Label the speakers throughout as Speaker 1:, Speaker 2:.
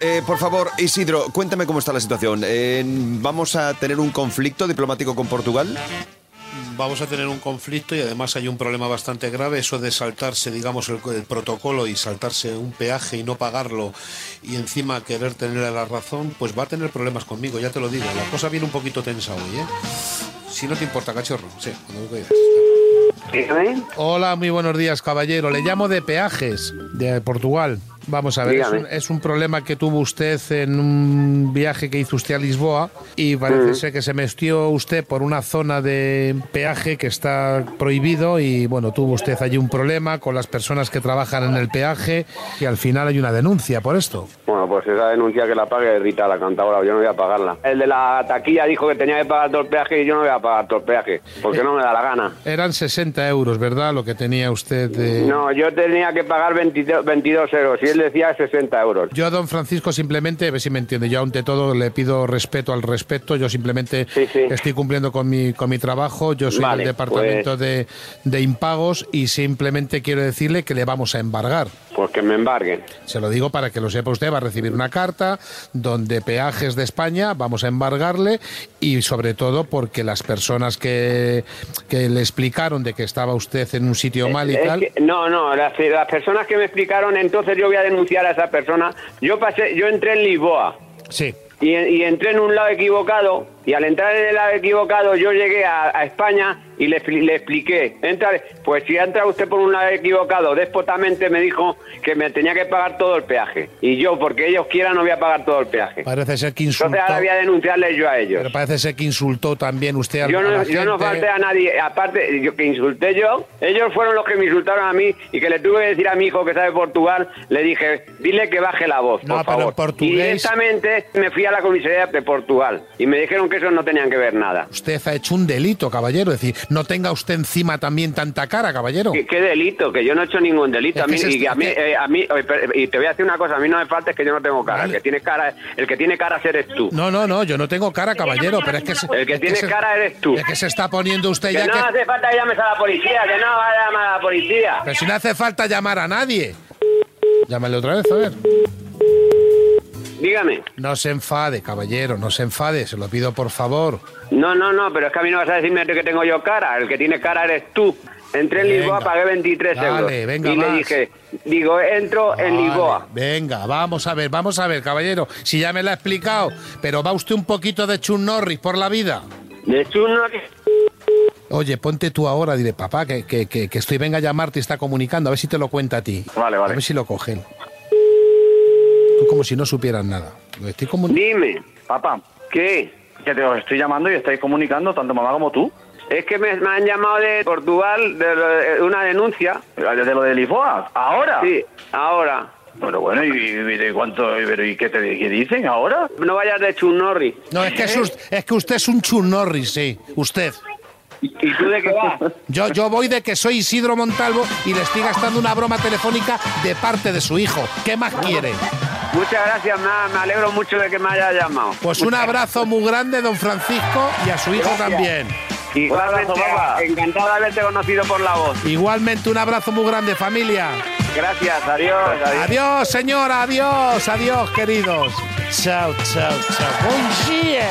Speaker 1: Eh, por favor, Isidro, cuéntame cómo está la situación. Eh, ¿Vamos a tener un conflicto diplomático con Portugal?
Speaker 2: vamos a tener un conflicto y además hay un problema bastante grave, eso de saltarse, digamos, el, el, protocolo y saltarse un peaje y no pagarlo y encima querer tener la razón, pues va a tener problemas conmigo, ya te lo digo. La cosa viene un poquito tensa hoy, ¿eh? Si no te importa, cachorro. Sí, cuando me
Speaker 3: Dígame.
Speaker 2: Hola, muy buenos días, caballero. Le llamo de peajes, de Portugal. Vamos a ver, es un, es un, problema que tuvo usted en un viaje que hizo usted a Lisboa y parece mm. ser que se metió usted por una zona de peaje que está prohibido y bueno, tuvo usted allí un problema con las personas que trabajan en el peaje y al final hay una denuncia por esto.
Speaker 3: Bueno, pues esa denuncia que la pague Rita, la cantadora, yo no voy a pagarla. El de la taquilla dijo que tenía que pagar todo el peaje y yo no voy a pagar todo el peaje porque eh, no me da la gana.
Speaker 2: Eran 60 euros, ¿verdad? Lo que tenía usted de...
Speaker 3: No, yo tenía que pagar 22, 22 euros y decía 60 euros.
Speaker 2: Yo a don Francisco simplemente, a ver si me entiende, yo ante todo le pido respeto al respeto, yo simplemente sí, sí. estoy cumpliendo con mi, con mi trabajo, yo soy vale, del departamento pues... de, de, impagos y simplemente quiero decirle que le vamos a embargar.
Speaker 3: Pues que me embarguen.
Speaker 2: Se lo digo para que lo sepa usted, va a recibir una carta donde peajes de España vamos a embargarle y sobre todo porque las personas que, que le explicaron de que estaba usted en un sitio mal y
Speaker 3: es
Speaker 2: tal...
Speaker 3: Que, no, no, las, las personas que me explicaron entonces yo voy a denunciar a esa persona. Yo pasé, yo entré en Lisboa.
Speaker 2: Sí.
Speaker 3: Y, y, entré en un lado equivocado y al entrar en el lado equivocado yo llegué a, a España y le, le, expliqué. Entra, pues si entra usted por un lado equivocado, despotamente me dijo que me tenía que pagar todo el peaje. Y yo, porque ellos quieran, no voy a pagar todo el peaje.
Speaker 2: Parece ser que insultó.
Speaker 3: Entonces ahora voy a denunciarles yo a ellos.
Speaker 2: Pero parece ser que insultó también usted a
Speaker 3: yo no,
Speaker 2: a la
Speaker 3: Yo no falté a nadie. Aparte, yo, que insulté yo, ellos fueron los que me insultaron a mí y que le tuve que decir a mi hijo que sabe Portugal, le dije, dile que baje la voz,
Speaker 2: no,
Speaker 3: por favor.
Speaker 2: En portugués... Y
Speaker 3: directamente me fui a la comisaría de Portugal y me dijeron que eso no tenían que ver nada.
Speaker 2: Usted ha hecho un delito, caballero. Es decir, no tenga usted encima también tanta cara, caballero.
Speaker 3: ¿Qué, qué delito? Que yo no he hecho ningún delito. A mí, y, a mí, eh, a mí, y te voy a decir una cosa, a mí no me falta es que yo no tengo cara. Vale. El, que tiene cara el que tiene cara eres tú.
Speaker 2: No, no, no, yo no tengo cara, caballero, pero es que... Se,
Speaker 3: el que
Speaker 2: es
Speaker 3: tiene
Speaker 2: que se,
Speaker 3: cara eres tú.
Speaker 2: Es que se está poniendo usted
Speaker 3: que
Speaker 2: ya
Speaker 3: no
Speaker 2: que...
Speaker 3: hace falta que llames a la policía, que no va a llamar a la policía.
Speaker 2: Pero si no hace falta llamar a nadie. Llámale otra vez, a ver.
Speaker 3: Dígame.
Speaker 2: No se enfade, caballero, no se enfade, se lo pido por favor.
Speaker 3: No, no, no, pero es que a mí no vas a decirme que tengo yo cara, el que tiene cara eres tú. Entré venga, en Lisboa, pagué 23
Speaker 2: dale,
Speaker 3: euros.
Speaker 2: Venga,
Speaker 3: y
Speaker 2: más.
Speaker 3: le dije, digo, entro
Speaker 2: vale,
Speaker 3: en Lisboa.
Speaker 2: Venga, vamos a ver, vamos a ver, caballero, si ya me lo ha explicado, pero va usted un poquito de Chun Norris por la vida.
Speaker 3: ¿De Chun Norris?
Speaker 2: Oye, ponte tú ahora, dile, papá, que, que, que, que estoy, venga a llamarte y está comunicando, a ver si te lo cuenta a ti.
Speaker 3: Vale, vale.
Speaker 2: A ver si lo cogen como si no supieran nada. Estoy comun...
Speaker 3: Dime,
Speaker 4: papá,
Speaker 3: ¿qué?
Speaker 4: Que te os estoy llamando y estáis comunicando, tanto mamá como tú.
Speaker 3: Es que me, me han llamado de Portugal de, de, una denuncia.
Speaker 4: ¿De lo de Lisboa? ¿Ahora?
Speaker 3: Sí, ahora.
Speaker 4: Pero bueno, ¿y, y cuánto? Pero, ¿Y qué te qué dicen ahora?
Speaker 3: No vayas de churnorri.
Speaker 2: No, es que, es, usted, es que usted es un churnorri, sí. Usted.
Speaker 3: ¿Y tú de qué vas?
Speaker 2: Yo, yo voy de que soy Isidro Montalvo y le estoy gastando una broma telefónica de parte de su hijo. ¿Qué más quiere?
Speaker 3: Muchas gracias, ma. me alegro mucho de que me haya llamado.
Speaker 2: Pues un abrazo muy grande, don Francisco, y a su hijo gracias. también.
Speaker 3: Igualmente, abrazo, encantado de haberte conocido por la voz.
Speaker 2: Igualmente, un abrazo muy grande, familia.
Speaker 3: Gracias, adiós. Adiós,
Speaker 2: adiós señora, adiós, adiós, queridos. Chao, chao, chao. Buen día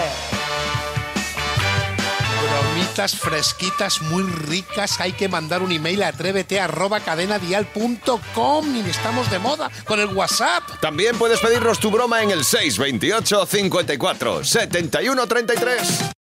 Speaker 2: fresquitas, muy ricas. Hay que mandar un email a atrévete arroba cadenadial.com y estamos de moda con el WhatsApp.
Speaker 1: También puedes pedirnos tu broma en el 628 54 71 33.